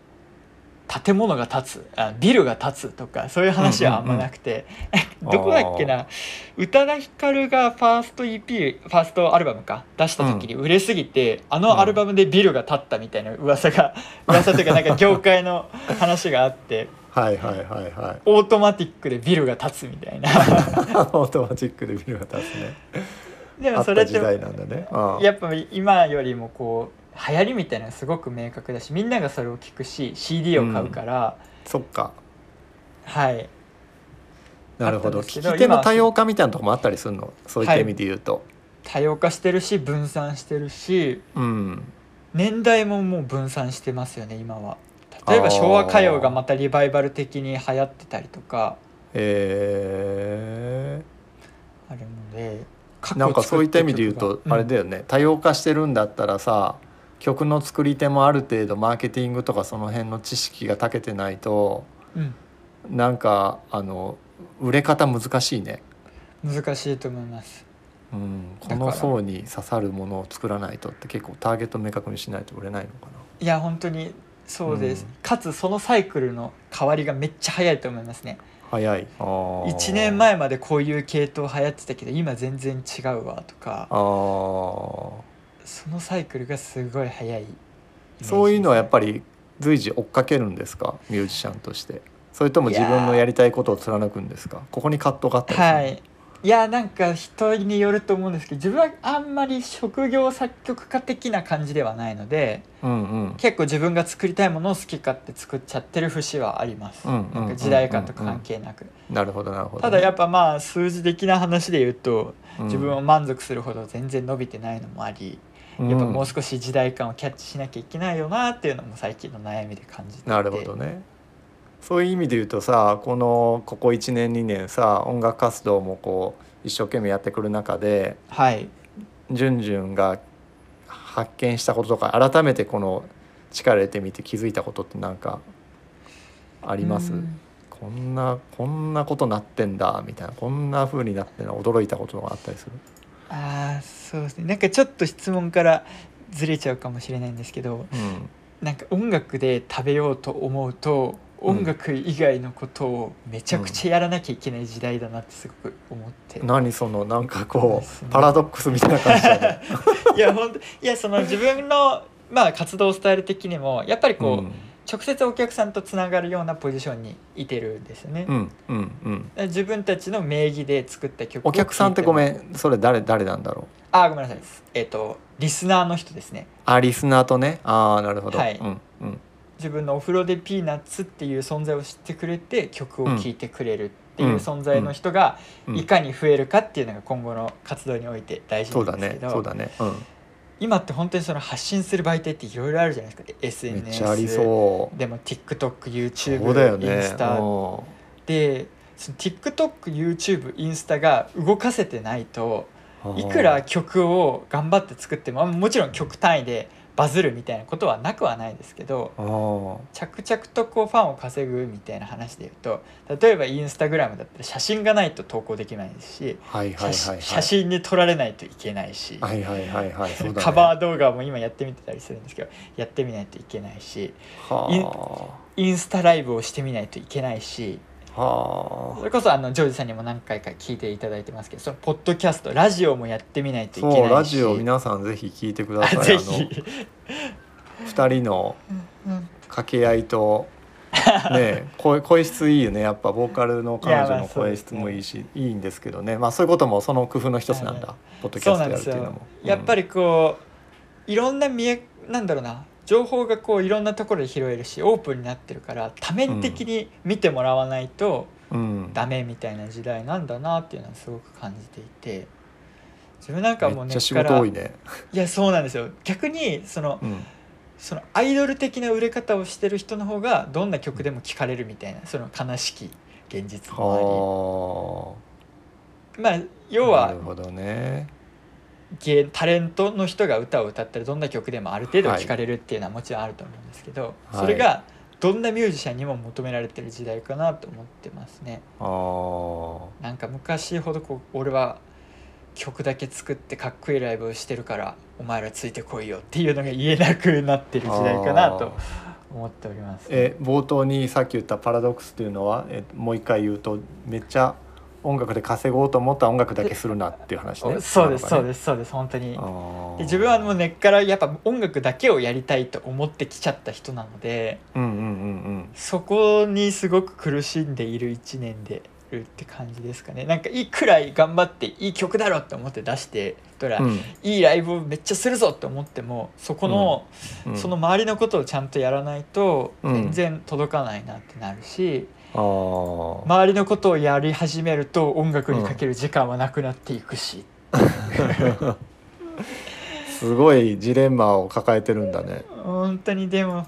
[SPEAKER 3] 建物が建つあビルが建つとかそういう話はあんまなくて、
[SPEAKER 2] うんうん
[SPEAKER 3] どこだっけな宇多田ヒカルがファースト EP ファーストアルバムか出した時に売れすぎて、あの アルバムでビルが建ったみたいな噂が噂というかなんか業界の話があって
[SPEAKER 2] はいはいはい はい
[SPEAKER 3] オートマティックでビルが建つみたいな
[SPEAKER 2] オートマチックでビルが立つね
[SPEAKER 3] で
[SPEAKER 2] あ
[SPEAKER 3] も
[SPEAKER 2] っ
[SPEAKER 3] それ
[SPEAKER 2] た
[SPEAKER 3] って
[SPEAKER 2] 時代なんだねうん
[SPEAKER 3] やっぱ今よりもこう流行りみたいなのがすごく明確だしみんながそれを聞くし CD を買うから、
[SPEAKER 2] そっか
[SPEAKER 3] はい
[SPEAKER 2] なるほ
[SPEAKER 3] あ
[SPEAKER 2] ど
[SPEAKER 3] ったんです
[SPEAKER 2] 聞
[SPEAKER 3] けど
[SPEAKER 2] き手
[SPEAKER 3] 今
[SPEAKER 2] の
[SPEAKER 3] は
[SPEAKER 2] 多様化みたいなとこもあったりするのそういった意味で言うと、
[SPEAKER 3] 多様化してるし分散してるし
[SPEAKER 2] うん
[SPEAKER 3] 年代ももう分散してますよね今は例えば昭和歌謡がまたリバイバル的に流行ってたりとか
[SPEAKER 2] え
[SPEAKER 3] あるので
[SPEAKER 2] ー、なんかそういった意味で言う
[SPEAKER 3] 過去
[SPEAKER 2] と
[SPEAKER 3] 作た曲が
[SPEAKER 2] あれだよね、多様化してるんだったらさ曲の作り手もある程度マーケティングとかその辺の知識が長けてないと
[SPEAKER 3] うん、
[SPEAKER 2] なんかあの売れ方難しいね、
[SPEAKER 3] うん難しいと思います
[SPEAKER 2] うん、こ
[SPEAKER 3] だから
[SPEAKER 2] の層に刺さるものを作らないとって結構ターゲット明確にしないと売れないのか
[SPEAKER 3] いや本当にそうです、
[SPEAKER 2] うん
[SPEAKER 3] かつそのサイクルの変わりがめっちゃ早いと思いますね
[SPEAKER 2] な早いあー
[SPEAKER 3] 1年前までこういう系統流行ってたけど今全然違うわとか
[SPEAKER 2] あー
[SPEAKER 3] そのサイクルがすごい早いイメージですね
[SPEAKER 2] そういうのはやっぱり随時追っかけるんですかミュージシャンとしてそれとも自分のやりたいことを貫くんですかここに葛藤があったり
[SPEAKER 3] は
[SPEAKER 2] する
[SPEAKER 3] いいやなんか人によると思うんですけど自分はあんまり職業作曲家的な感じではないので
[SPEAKER 2] うんうん
[SPEAKER 3] 結構自分が作りたいものを好き勝手作っちゃってる節はあります、
[SPEAKER 2] うんうんうんうんうん
[SPEAKER 3] なんか時代感とか関係なく、
[SPEAKER 2] なるほどなるほど
[SPEAKER 3] ただやっぱまあ数字的な話で言うと
[SPEAKER 2] うん
[SPEAKER 3] 自分を満足するほど全然伸びてないのもあり、
[SPEAKER 2] うん
[SPEAKER 3] やっぱもう少し時代感をキャッチしなきゃいけないよなっていうのも最近の悩みで感じていて
[SPEAKER 2] なるほどねそういう意味で言うとさこのここ1年2年さ音楽活動もこう一生懸命やってくる中で
[SPEAKER 3] はい
[SPEAKER 2] ジュンジュンが発見したこととか改めてこの力入れてみて気づいたことってなんかあります、
[SPEAKER 3] うん
[SPEAKER 2] こんなこんなことなってんだみたいなこんな風になってんの驚いたことがあったりする。
[SPEAKER 3] ああそうですねなんかちょっと質問からずれちゃうかもしれないんですけど
[SPEAKER 2] うん、
[SPEAKER 3] なんか音楽で食べようと思うと
[SPEAKER 2] うん
[SPEAKER 3] 音楽以外のことをめちゃくちゃやらなきゃいけない時代だなってすごく思って、
[SPEAKER 2] 何そのなんか
[SPEAKER 3] そう
[SPEAKER 2] こ
[SPEAKER 3] です
[SPEAKER 2] う
[SPEAKER 3] ね
[SPEAKER 2] パラドックスみたいな感じだね。
[SPEAKER 3] いや本当いやその自分のまあ活動スタイル的にもやっぱり こう、
[SPEAKER 2] うん
[SPEAKER 3] 直接お客さんとつながるようなポジションにいてるんですよね、
[SPEAKER 2] うんうんうん。
[SPEAKER 3] 自分たちの名義で作った曲を
[SPEAKER 2] お客さんってご
[SPEAKER 3] ん
[SPEAKER 2] めんそれ誰誰なんだろう。
[SPEAKER 3] あーごめんなさいですえっ、とリスナーの人ですね
[SPEAKER 2] あリスナーとねああなるほど。
[SPEAKER 3] はい
[SPEAKER 2] うんうん
[SPEAKER 3] 自分のお風呂でピーナッツっていう存在を知ってくれて曲を聴いてくれるって
[SPEAKER 2] う
[SPEAKER 3] い
[SPEAKER 2] ん
[SPEAKER 3] う存在の人が
[SPEAKER 2] うん
[SPEAKER 3] いかに増えるかっていうのが今後の活動において大事
[SPEAKER 2] そう
[SPEAKER 3] な
[SPEAKER 2] だ
[SPEAKER 3] んです
[SPEAKER 2] ね
[SPEAKER 3] け
[SPEAKER 2] そう
[SPEAKER 3] ど
[SPEAKER 2] だね。うん
[SPEAKER 3] 今って本当にその発信する媒体っていろいろあるじゃないですか
[SPEAKER 2] めっ
[SPEAKER 3] SNS
[SPEAKER 2] ちゃありそう。
[SPEAKER 3] でも TikTokYouTube
[SPEAKER 2] そうだよね。
[SPEAKER 3] インスタ
[SPEAKER 2] うん
[SPEAKER 3] でその TikTokYouTube インスタが動かせてないといくら曲を頑張って作ってももちろん曲単位でバズるみたいなことはなくはないですけど
[SPEAKER 2] あー
[SPEAKER 3] 着々とこうファンを稼ぐみたいな話で言うと例えばインスタグラムだったら写真がないと投稿できないですし
[SPEAKER 2] はいはい
[SPEAKER 3] 写
[SPEAKER 2] はいは
[SPEAKER 3] 真
[SPEAKER 2] い。
[SPEAKER 3] 写真に撮られないといけないし、
[SPEAKER 2] はいはいはいはい。そうだね
[SPEAKER 3] カバー動画も今やってみてたりするんですけどやってみないといけないし
[SPEAKER 2] は
[SPEAKER 3] インスタライブをしてみないといけないし
[SPEAKER 2] あはあ
[SPEAKER 3] そ。れこそあのジョージさんにも何回か聞いていただいてますけどそのポッドキャストラジオもやってみないといけないし
[SPEAKER 2] そうラジオ皆さんぜひ聞いてください
[SPEAKER 3] あ
[SPEAKER 2] あ
[SPEAKER 3] ぜひ
[SPEAKER 2] の二人の
[SPEAKER 3] うん
[SPEAKER 2] 掛け合いと ね声声質いいよねやっぱボーカルの彼
[SPEAKER 3] いや
[SPEAKER 2] 女
[SPEAKER 3] ま
[SPEAKER 2] の
[SPEAKER 3] あそう
[SPEAKER 2] 声
[SPEAKER 3] です
[SPEAKER 2] 質
[SPEAKER 3] ね
[SPEAKER 2] もいいしいいんですけどねまあそういうこともその工夫の一つなんだ、
[SPEAKER 3] は
[SPEAKER 2] ポッドキ
[SPEAKER 3] そ
[SPEAKER 2] ャ
[SPEAKER 3] う
[SPEAKER 2] ス
[SPEAKER 3] な
[SPEAKER 2] トや
[SPEAKER 3] んで
[SPEAKER 2] るっ
[SPEAKER 3] す
[SPEAKER 2] ていうの
[SPEAKER 3] よ
[SPEAKER 2] も、
[SPEAKER 3] やっぱりこういろんな見えなんだろうな情報がこういろんなところで拾えるしオープンになってるから多面的に見てもらわないと
[SPEAKER 2] うん、
[SPEAKER 3] ダメみたいな時代なんだなっていうのはすごく感じていて自分なんか
[SPEAKER 2] め
[SPEAKER 3] もう
[SPEAKER 2] っ
[SPEAKER 3] 根
[SPEAKER 2] ちゃ仕
[SPEAKER 3] っか
[SPEAKER 2] 事
[SPEAKER 3] ら
[SPEAKER 2] 多い
[SPEAKER 3] い
[SPEAKER 2] ね、
[SPEAKER 3] やそうなんですよ逆にその
[SPEAKER 2] うん、
[SPEAKER 3] そのアイドル的な売れ方をしてる人の方がどんな曲でも聴かれるみたいなその悲しき現実も
[SPEAKER 2] は
[SPEAKER 3] ありまあ
[SPEAKER 2] あ
[SPEAKER 3] 要は
[SPEAKER 2] なるほどね
[SPEAKER 3] 芸タレントの人が歌を歌ったらどんな曲でもある程度聴かれるっていうのはもちろんあると思うんですけど、
[SPEAKER 2] はい
[SPEAKER 3] それがどんなミュージシャンにも求められてる時代かなと思ってますね。
[SPEAKER 2] あー
[SPEAKER 3] なんか昔ほどこう俺は曲だけ作ってかっこいいライブをしてるからお前らついてこいよっていうのが言えなくなってる時代かなと
[SPEAKER 2] あー
[SPEAKER 3] 思っております、
[SPEAKER 2] え冒頭にさっき言ったパラドックスっていうのはえもう一回言うとめっちゃ音楽で稼ごうと思ったら音楽だけするなっていう話ね。
[SPEAKER 3] そうです、そう
[SPEAKER 2] す。
[SPEAKER 3] ですそうです本当に
[SPEAKER 2] あー
[SPEAKER 3] で自分はもう根っからやっぱ音楽だけをやりたいと思ってきちゃった人なので
[SPEAKER 2] うんうんうんうん。
[SPEAKER 3] そこにすごく苦しんでいる1年でるって感じですかねなんかいいくらい頑張っていい曲だろって思って出してたら、
[SPEAKER 2] うん
[SPEAKER 3] いいライブをめっちゃするぞって思ってもそこの、
[SPEAKER 2] うん
[SPEAKER 3] その周りのことをちゃんとやらないと
[SPEAKER 2] うん
[SPEAKER 3] 全然届かないなってなるし、
[SPEAKER 2] ああ、
[SPEAKER 3] 周りのことをやり始めると音楽にかける時間はなくなっていくし、
[SPEAKER 2] すごいジレンマを抱えてるんだね。
[SPEAKER 3] 本当にでも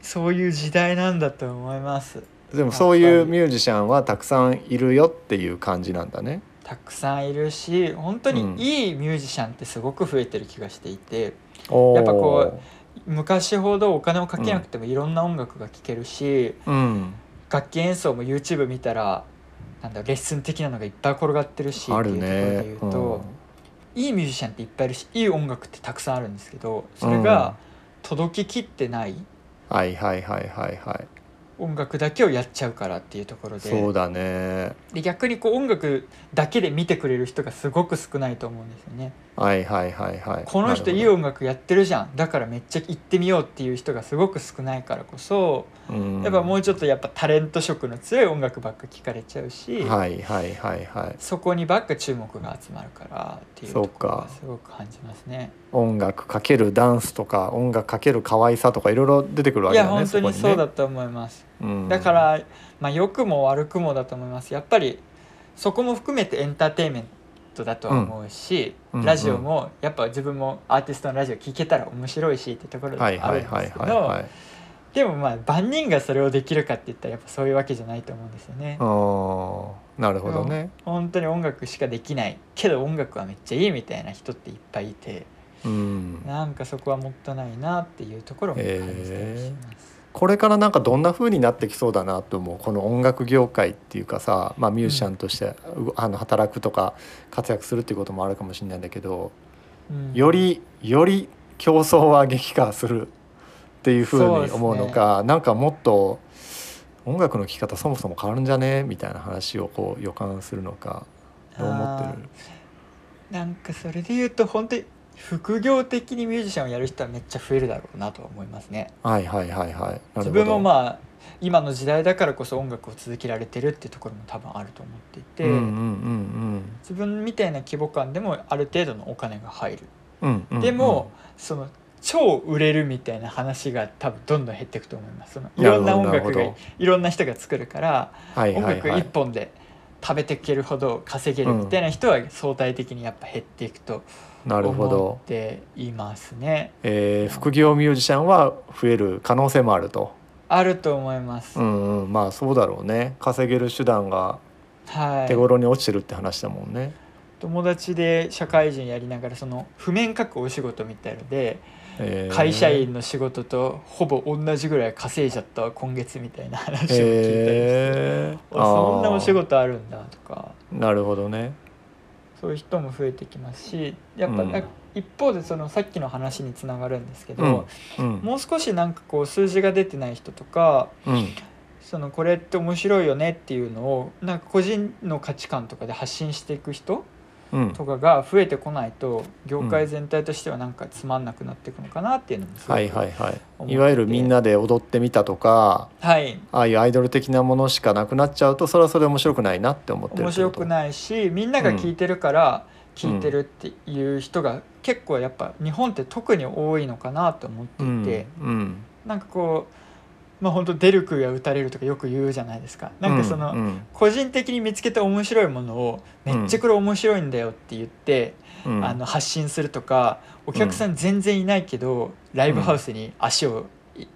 [SPEAKER 3] そういう時代なんだと思います
[SPEAKER 2] でもそういうミュージシャンはたくさんいるよっていう感じなんだね。
[SPEAKER 3] たくさんいるし本当
[SPEAKER 2] うん
[SPEAKER 3] にいいミュージシャンってすごく増えてる気がしていて
[SPEAKER 2] や
[SPEAKER 3] やっぱこ昔ほどお金をかけなくてもいろんな音楽が聴けるし、
[SPEAKER 2] う。うん。
[SPEAKER 3] 楽器演奏も YouTube 見たらなんだレッスン的なのがいっぱい転がってるし
[SPEAKER 2] ある
[SPEAKER 3] って
[SPEAKER 2] ね
[SPEAKER 3] いう。とこ
[SPEAKER 2] う
[SPEAKER 3] ろで言うと
[SPEAKER 2] ん、
[SPEAKER 3] いいミュージシャンっていっぱいいるしいい音楽ってたくさんあるんですけどそれが届ききってない
[SPEAKER 2] はいはいはいはいはい。
[SPEAKER 3] 音楽だけをやっちゃうからっていうところで
[SPEAKER 2] そうだね。
[SPEAKER 3] で逆にこう音楽だけで見てくれる人がすごく少ないと思うんですよね。
[SPEAKER 2] はいはいはいはい。
[SPEAKER 3] この人いい
[SPEAKER 2] なる
[SPEAKER 3] 音楽やってるじゃんだからめっちゃ行ってみようっていう人がすごく少ないからこそ
[SPEAKER 2] ほど。うん
[SPEAKER 3] やっぱもうちょっとやっぱタレント色の強い音楽ばっか聞かれちゃうし、
[SPEAKER 2] はいはいはいはい。
[SPEAKER 3] そこにばっか注目が集まるからっていう
[SPEAKER 2] そう
[SPEAKER 3] と
[SPEAKER 2] か
[SPEAKER 3] ころがすごく感じますね。
[SPEAKER 2] 音楽かけるダンスとか音楽かける可愛さとかいろいろ出てくるわ
[SPEAKER 3] い
[SPEAKER 2] けだ
[SPEAKER 3] や
[SPEAKER 2] ね。
[SPEAKER 3] 本当にそうだ
[SPEAKER 2] こ
[SPEAKER 3] と思います。
[SPEAKER 2] にね、うん
[SPEAKER 3] だからまあ良くも悪くもだと思います。やっぱりそこも含めてエンターテインメントだとは思うし、
[SPEAKER 2] うんうん
[SPEAKER 3] ラジオもやっぱ自分もアーティストのラジオ聞けたら面白いしってところでは
[SPEAKER 2] はい
[SPEAKER 3] あ
[SPEAKER 2] はい
[SPEAKER 3] るん
[SPEAKER 2] は
[SPEAKER 3] で
[SPEAKER 2] い
[SPEAKER 3] すけ
[SPEAKER 2] はい
[SPEAKER 3] ど
[SPEAKER 2] はい。
[SPEAKER 3] でもまあ万人がそれをできるかって言ったらやっぱそういうわけじゃないと思うんですよね。
[SPEAKER 2] ああなるほどね。
[SPEAKER 3] 本当に音楽しかできないけど音楽はめっちゃいいみたいな人っていっぱいいて
[SPEAKER 2] うん。
[SPEAKER 3] なんかそこはもったいないなっていうところも感じたりします。
[SPEAKER 2] これからなんかどんな風になってきそうだなと思うこの音楽業界っていうかさ、まあ、ミュージシャンとして、うあの働くとか活躍するっていうこともあるかもしれないんだけど
[SPEAKER 3] うん
[SPEAKER 2] よりより競争は激化するっていう風に思うのかなんかもっと音楽の聴き方そもそも変わるんじゃねみたいな話をこう予感するのかどう思ってる
[SPEAKER 3] なんかそれで言うと本当に副業的にミュージシャンをやる人はめっちゃ増えるだろうなとは思いますね。
[SPEAKER 2] はいはいはいはいなるほ
[SPEAKER 3] 自
[SPEAKER 2] ど
[SPEAKER 3] 分もまあ今の時代だからこそ音楽を続けられてるってところも多分あると思っていて、
[SPEAKER 2] うんうんうん
[SPEAKER 3] 自分みたいな規模感でもある程度のお金が入る。
[SPEAKER 2] うんうんうんうん
[SPEAKER 3] でも、その超売れるみたいな話が多分どんどん減っていくと思いますそのい
[SPEAKER 2] なる
[SPEAKER 3] ろ
[SPEAKER 2] ほ
[SPEAKER 3] ん
[SPEAKER 2] ど
[SPEAKER 3] な音楽
[SPEAKER 2] な
[SPEAKER 3] が
[SPEAKER 2] るほ
[SPEAKER 3] いろんな人が作るから
[SPEAKER 2] はい
[SPEAKER 3] 音
[SPEAKER 2] はい
[SPEAKER 3] 楽
[SPEAKER 2] は
[SPEAKER 3] 一
[SPEAKER 2] い
[SPEAKER 3] 本で食べていけるほど稼げるみたいな人は相対的にやっぱ減っていくと
[SPEAKER 2] なるほど
[SPEAKER 3] 思。っていますね。
[SPEAKER 2] えー副業ミュージシャンは増える可能性もあると、
[SPEAKER 3] あると思います。
[SPEAKER 2] うんうん、まあそうだろうね稼げる手段が手
[SPEAKER 3] はい、
[SPEAKER 2] 頃に落ちてるって話だもんね、
[SPEAKER 3] 友達で社会人やりながらその譜面書くお仕事みたいので
[SPEAKER 2] えー
[SPEAKER 3] 会社員の仕事とほぼ同じぐらい稼いじゃったわ今月みたいな 話を聞いたりして。
[SPEAKER 2] えー
[SPEAKER 3] あそんなお仕
[SPEAKER 2] あ
[SPEAKER 3] 事あるんだとか
[SPEAKER 2] ーなるほどね
[SPEAKER 3] そういう人も増えてきますしやっぱ、
[SPEAKER 2] うん
[SPEAKER 3] なんか一方でそのさっきの話につながるんですけ
[SPEAKER 2] うん
[SPEAKER 3] ど、
[SPEAKER 2] うん
[SPEAKER 3] もう少しなんかこう数字が出てない人とか
[SPEAKER 2] うん
[SPEAKER 3] そのこれって面白いよねっていうのをなんか個人の価値観とかで発信していく人
[SPEAKER 2] うん
[SPEAKER 3] とかが増えてこないと業界全体としてはなんかつまんなくなっていくのかなっていうのもすごく
[SPEAKER 2] はいはいは
[SPEAKER 3] 思って
[SPEAKER 2] いいわゆるみんなで踊ってみたとか
[SPEAKER 3] はい
[SPEAKER 2] ああいうアイドル的なものしかなくなっちゃうとそれはそれで面白くないなって思ってる
[SPEAKER 3] 面白く
[SPEAKER 2] い
[SPEAKER 3] ないしみんなが聞いてるから聞いてるっていう人が結構やっぱ日本って特に多いのかなと思って
[SPEAKER 2] う
[SPEAKER 3] い
[SPEAKER 2] ん、
[SPEAKER 3] て、
[SPEAKER 2] うん、
[SPEAKER 3] なんかこうまあ本当出る杭は打たれるとかよく言うじゃないですか。なんかその、
[SPEAKER 2] うんうん
[SPEAKER 3] 個人的に見つけた面白いものをめっちゃこれ面白いんだよって言って、
[SPEAKER 2] うん
[SPEAKER 3] あの発信するとかお客さん全然いないけど、ライブハウスに足をい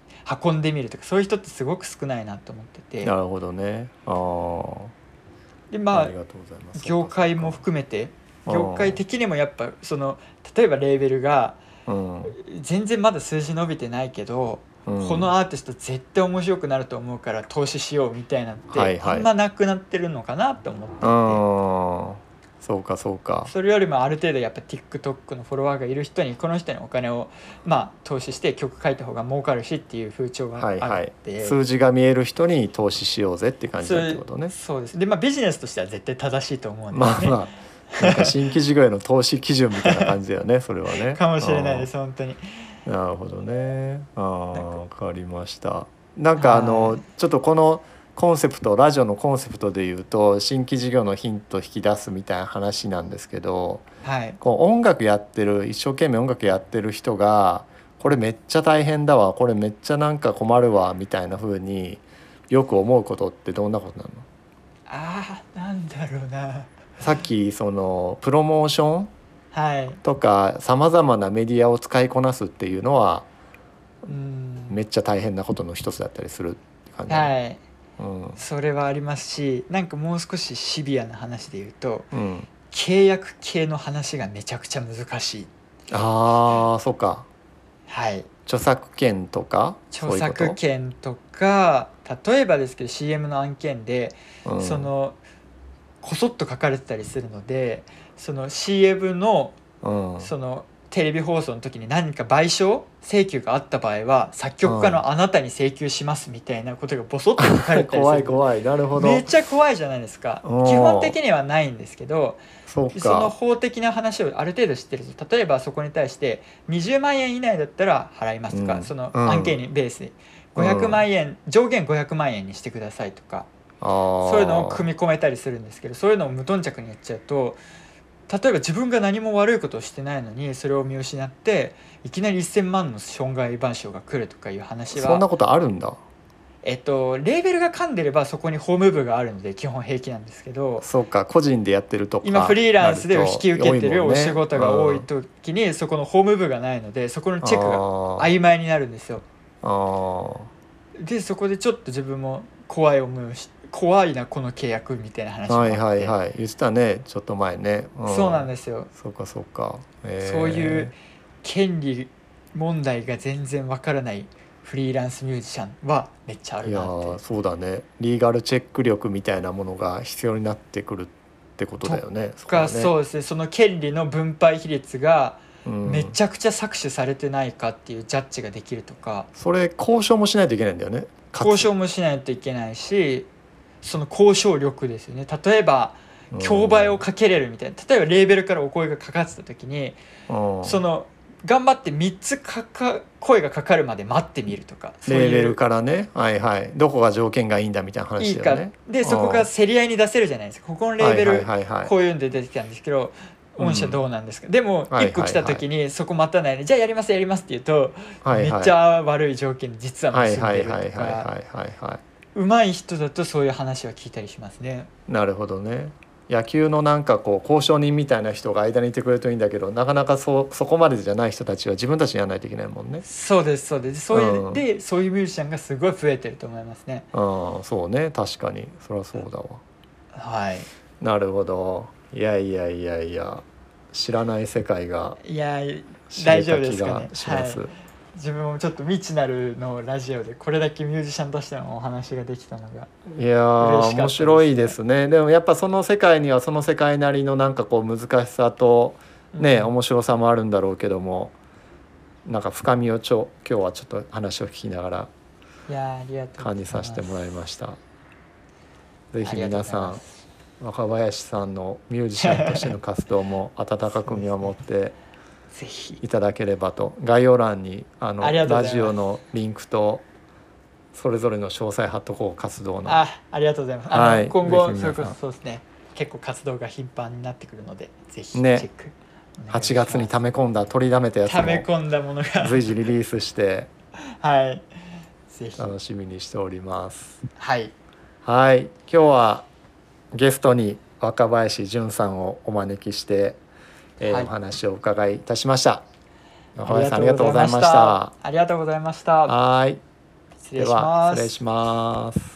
[SPEAKER 3] 運んでみるとかそういう人ってすごく少ないなと思ってて
[SPEAKER 2] なるほどねあー
[SPEAKER 3] で
[SPEAKER 2] あ
[SPEAKER 3] まあ
[SPEAKER 2] りがとうございます
[SPEAKER 3] 業界も含めて
[SPEAKER 2] あー
[SPEAKER 3] 業界的にもやっぱその例えばレーベルが
[SPEAKER 2] うん
[SPEAKER 3] 全然まだ数字伸びてないけど、
[SPEAKER 2] うん
[SPEAKER 3] このアーティスト絶対面白くなると思うから投資しようみたいなのって、
[SPEAKER 2] はいはい
[SPEAKER 3] あんまなくなってるのかなと思っていて
[SPEAKER 2] あそうかそうか
[SPEAKER 3] それよりもある程度やっぱ TikTok のフォロワーがいる人にこの人にお金をまあ投資して曲書いた方が儲かるしっていう風潮があ
[SPEAKER 2] は
[SPEAKER 3] っ
[SPEAKER 2] い
[SPEAKER 3] て、
[SPEAKER 2] はい数字が見える人に投資しようぜって感じだってことね
[SPEAKER 3] そうそうですでまあビジネスとしては絶対正しいと思うんです
[SPEAKER 2] まあ
[SPEAKER 3] よね、
[SPEAKER 2] まあなんか新規事業への投資基準みたいな感じだよ ねそれはね
[SPEAKER 3] かもしれないです本当に
[SPEAKER 2] あーなるほどねあ
[SPEAKER 3] な
[SPEAKER 2] ー
[SPEAKER 3] んか
[SPEAKER 2] わかりましたなんかあ
[SPEAKER 3] は
[SPEAKER 2] の
[SPEAKER 3] い
[SPEAKER 2] ちょっとこのコンセプトラジオのコンセプトで言うと新規事業のヒント引き出すみたいな話なんですけど
[SPEAKER 3] はい
[SPEAKER 2] こう音楽やってる一生懸命音楽やってる人がこれめっちゃ大変だわこれめっちゃなんか困るわみたいな風によく思うことってどんなことなの
[SPEAKER 3] ああなんだろうな
[SPEAKER 2] さっきそのプロモーション
[SPEAKER 3] はい
[SPEAKER 2] とかさまざまなメディアを使いこなすっていうのは
[SPEAKER 3] うん
[SPEAKER 2] めっちゃ大変なことの一つだったりするって感じ、
[SPEAKER 3] はい
[SPEAKER 2] うん
[SPEAKER 3] それはありますしなんかもう少しシビアな話で言うと
[SPEAKER 2] うん、
[SPEAKER 3] 契約系の話がめちゃくちゃ難しい
[SPEAKER 2] あーそっか
[SPEAKER 3] はい
[SPEAKER 2] 著作権とか
[SPEAKER 3] 著作
[SPEAKER 2] そうい
[SPEAKER 3] 権とか例えばですけど CM の案件で、
[SPEAKER 2] うこと、うん、
[SPEAKER 3] そのこそっと書かれてたりするのでその CM の
[SPEAKER 2] うん、
[SPEAKER 3] そのテレビ放送の時に何か賠償請求があった場合は作曲家のあなたに請求しますみたいなことがボソッと書かれてたりす
[SPEAKER 2] 怖
[SPEAKER 3] る
[SPEAKER 2] い怖いなるほど
[SPEAKER 3] めっちゃ怖いじゃないですか基
[SPEAKER 2] うん
[SPEAKER 3] 本的にはないんですけど
[SPEAKER 2] そうか
[SPEAKER 3] その法的な話をある程度知ってると例えばそこに対して20万円以内だったら払いますとか、
[SPEAKER 2] うん
[SPEAKER 3] その
[SPEAKER 2] うん
[SPEAKER 3] 案件にベースに
[SPEAKER 2] うん
[SPEAKER 3] 500万円、上限500万円にしてくださいとか
[SPEAKER 2] そ
[SPEAKER 3] そういうのを組み込めたりするんですけどそういうのを無頓着にやっちゃうと例えば自分が何も悪いことをしてないのにそれを見失っていきなり1,000万の損害賠償が来るとかいう話
[SPEAKER 2] そんな
[SPEAKER 3] は、
[SPEAKER 2] ことあるんだ
[SPEAKER 3] えっと、レーベルが噛んでればそこに法務部があるので基本平気なんですけど。
[SPEAKER 2] そうか個人でやってるとか
[SPEAKER 3] 今フリーランスで引き受けてるお仕事が多い
[SPEAKER 2] と
[SPEAKER 3] 時にそこの法務部がないのでそこのチェックが
[SPEAKER 2] がい
[SPEAKER 3] 曖昧になるんですよ
[SPEAKER 2] あー
[SPEAKER 3] でそこでちょっと自分も怖い思いをし怖いなこの契約みたいな
[SPEAKER 2] あ
[SPEAKER 3] 話
[SPEAKER 2] ー
[SPEAKER 3] もあっ
[SPEAKER 2] は
[SPEAKER 3] て、
[SPEAKER 2] いはいはい言ってたねちょっと前ね、
[SPEAKER 3] そうなん
[SPEAKER 2] す
[SPEAKER 3] ですよ、
[SPEAKER 2] そうかそうか、えー
[SPEAKER 3] そういう権利問題が全然わからないフリーランスミュージシャンはめっちゃある
[SPEAKER 2] いや
[SPEAKER 3] なって
[SPEAKER 2] ーそうだねリーガルチェック力みたいなものが必要になってくるってことだよねそ
[SPEAKER 3] とか
[SPEAKER 2] こはね
[SPEAKER 3] そうですねその権利の分配比率が
[SPEAKER 2] うん
[SPEAKER 3] めちゃくちゃ搾取されてないかっていうジャッジができるとか、
[SPEAKER 2] それ交渉もしないといけないんだよねかつ
[SPEAKER 3] 交渉もしないといけないしその交渉力ですよね例えば競売をかけれるみたいな例えばレーベルからお声がかかってた時に
[SPEAKER 2] うんうん
[SPEAKER 3] その頑張って3つかか声がかかるまで待ってみるとかそう
[SPEAKER 2] レーベ
[SPEAKER 3] い
[SPEAKER 2] ル
[SPEAKER 3] う
[SPEAKER 2] からねはいはいどこが条件がいいんだみたいない
[SPEAKER 3] い
[SPEAKER 2] 話だ
[SPEAKER 3] か
[SPEAKER 2] よね
[SPEAKER 3] でそこが競り合いに出せるじゃないですかここのレーベ
[SPEAKER 2] はい
[SPEAKER 3] ル
[SPEAKER 2] はいはいはい
[SPEAKER 3] こういうんで出てきたんですけど御社どうなんですかでも
[SPEAKER 2] はいはい
[SPEAKER 3] 1個来た時にそこ待たないでじゃあやりますやりますって言うと
[SPEAKER 2] はい
[SPEAKER 3] め
[SPEAKER 2] はい
[SPEAKER 3] っちゃ悪い条件に実は
[SPEAKER 2] は
[SPEAKER 3] 結
[SPEAKER 2] い
[SPEAKER 3] ん
[SPEAKER 2] は
[SPEAKER 3] で
[SPEAKER 2] い
[SPEAKER 3] る
[SPEAKER 2] はいはい
[SPEAKER 3] と
[SPEAKER 2] はい
[SPEAKER 3] か
[SPEAKER 2] はいは
[SPEAKER 3] 上手い人だとそういう話は聞いたりしますね。
[SPEAKER 2] いなるほどね野球のなんかこう交渉人みたいな人が間にいてくれるといいんだけどなかなかそうそこまでじゃない人たちは自分たちにやらないといけないもんね
[SPEAKER 3] そうですそうですそういう、
[SPEAKER 2] うん
[SPEAKER 3] でそういうミュージシャンがすごい増えてると思いますね
[SPEAKER 2] ああそうね確かにそりゃそうだわ
[SPEAKER 3] は
[SPEAKER 2] なるほどいやいやいやいや知らない世界が
[SPEAKER 3] いいやー
[SPEAKER 2] 知
[SPEAKER 3] 大
[SPEAKER 2] れ
[SPEAKER 3] 丈夫
[SPEAKER 2] た
[SPEAKER 3] で
[SPEAKER 2] 気
[SPEAKER 3] すかね
[SPEAKER 2] がします
[SPEAKER 3] は自分もちょっと未知なるのラジオでこれだけミュージシャンとしてのお話ができたのが
[SPEAKER 2] いや
[SPEAKER 3] 嬉しか
[SPEAKER 2] ー
[SPEAKER 3] った
[SPEAKER 2] 面
[SPEAKER 3] です
[SPEAKER 2] 白いですねでもやっぱその世界にはその世界なりのなんかこう難しさとね、
[SPEAKER 3] うん
[SPEAKER 2] 面白さもあるんだろうけどもなんか深みをちょ今日はちょっと話を聞きながら
[SPEAKER 3] いやーありがとう
[SPEAKER 2] 感じさせてもらいましたぜひ皆さん
[SPEAKER 3] ん
[SPEAKER 2] 若林さんのミュージシャンとしての活動も温かく見守って
[SPEAKER 3] ぜひ
[SPEAKER 2] いただければと概要欄にあの
[SPEAKER 3] ありがとう
[SPEAKER 2] ラ
[SPEAKER 3] ございます
[SPEAKER 2] ジオのリンクとそれぞれの詳細貼っとこう活動の
[SPEAKER 3] あありがとうございますあの、
[SPEAKER 2] はい
[SPEAKER 3] 今後
[SPEAKER 2] ぜひ
[SPEAKER 3] そ
[SPEAKER 2] 皆さ
[SPEAKER 3] れこ
[SPEAKER 2] ん
[SPEAKER 3] そそうですね結構活動が頻繁になってくるのでぜひチェ
[SPEAKER 2] ね
[SPEAKER 3] ック、
[SPEAKER 2] 8月に溜め込んだ取りだめたやつ
[SPEAKER 3] ため
[SPEAKER 2] も
[SPEAKER 3] 込んだものが
[SPEAKER 2] 随時リリースして
[SPEAKER 3] はいぜひ
[SPEAKER 2] 楽しみにしております。
[SPEAKER 3] はい
[SPEAKER 2] はい、今日はゲストに若林純さんをお招きして、えー
[SPEAKER 3] はい
[SPEAKER 2] お話をお伺いいたしました。若林さんありがとうございました。
[SPEAKER 3] ありがとうございました
[SPEAKER 2] はい、
[SPEAKER 3] 失
[SPEAKER 2] で
[SPEAKER 3] 礼し
[SPEAKER 2] は
[SPEAKER 3] ます
[SPEAKER 2] 失礼します。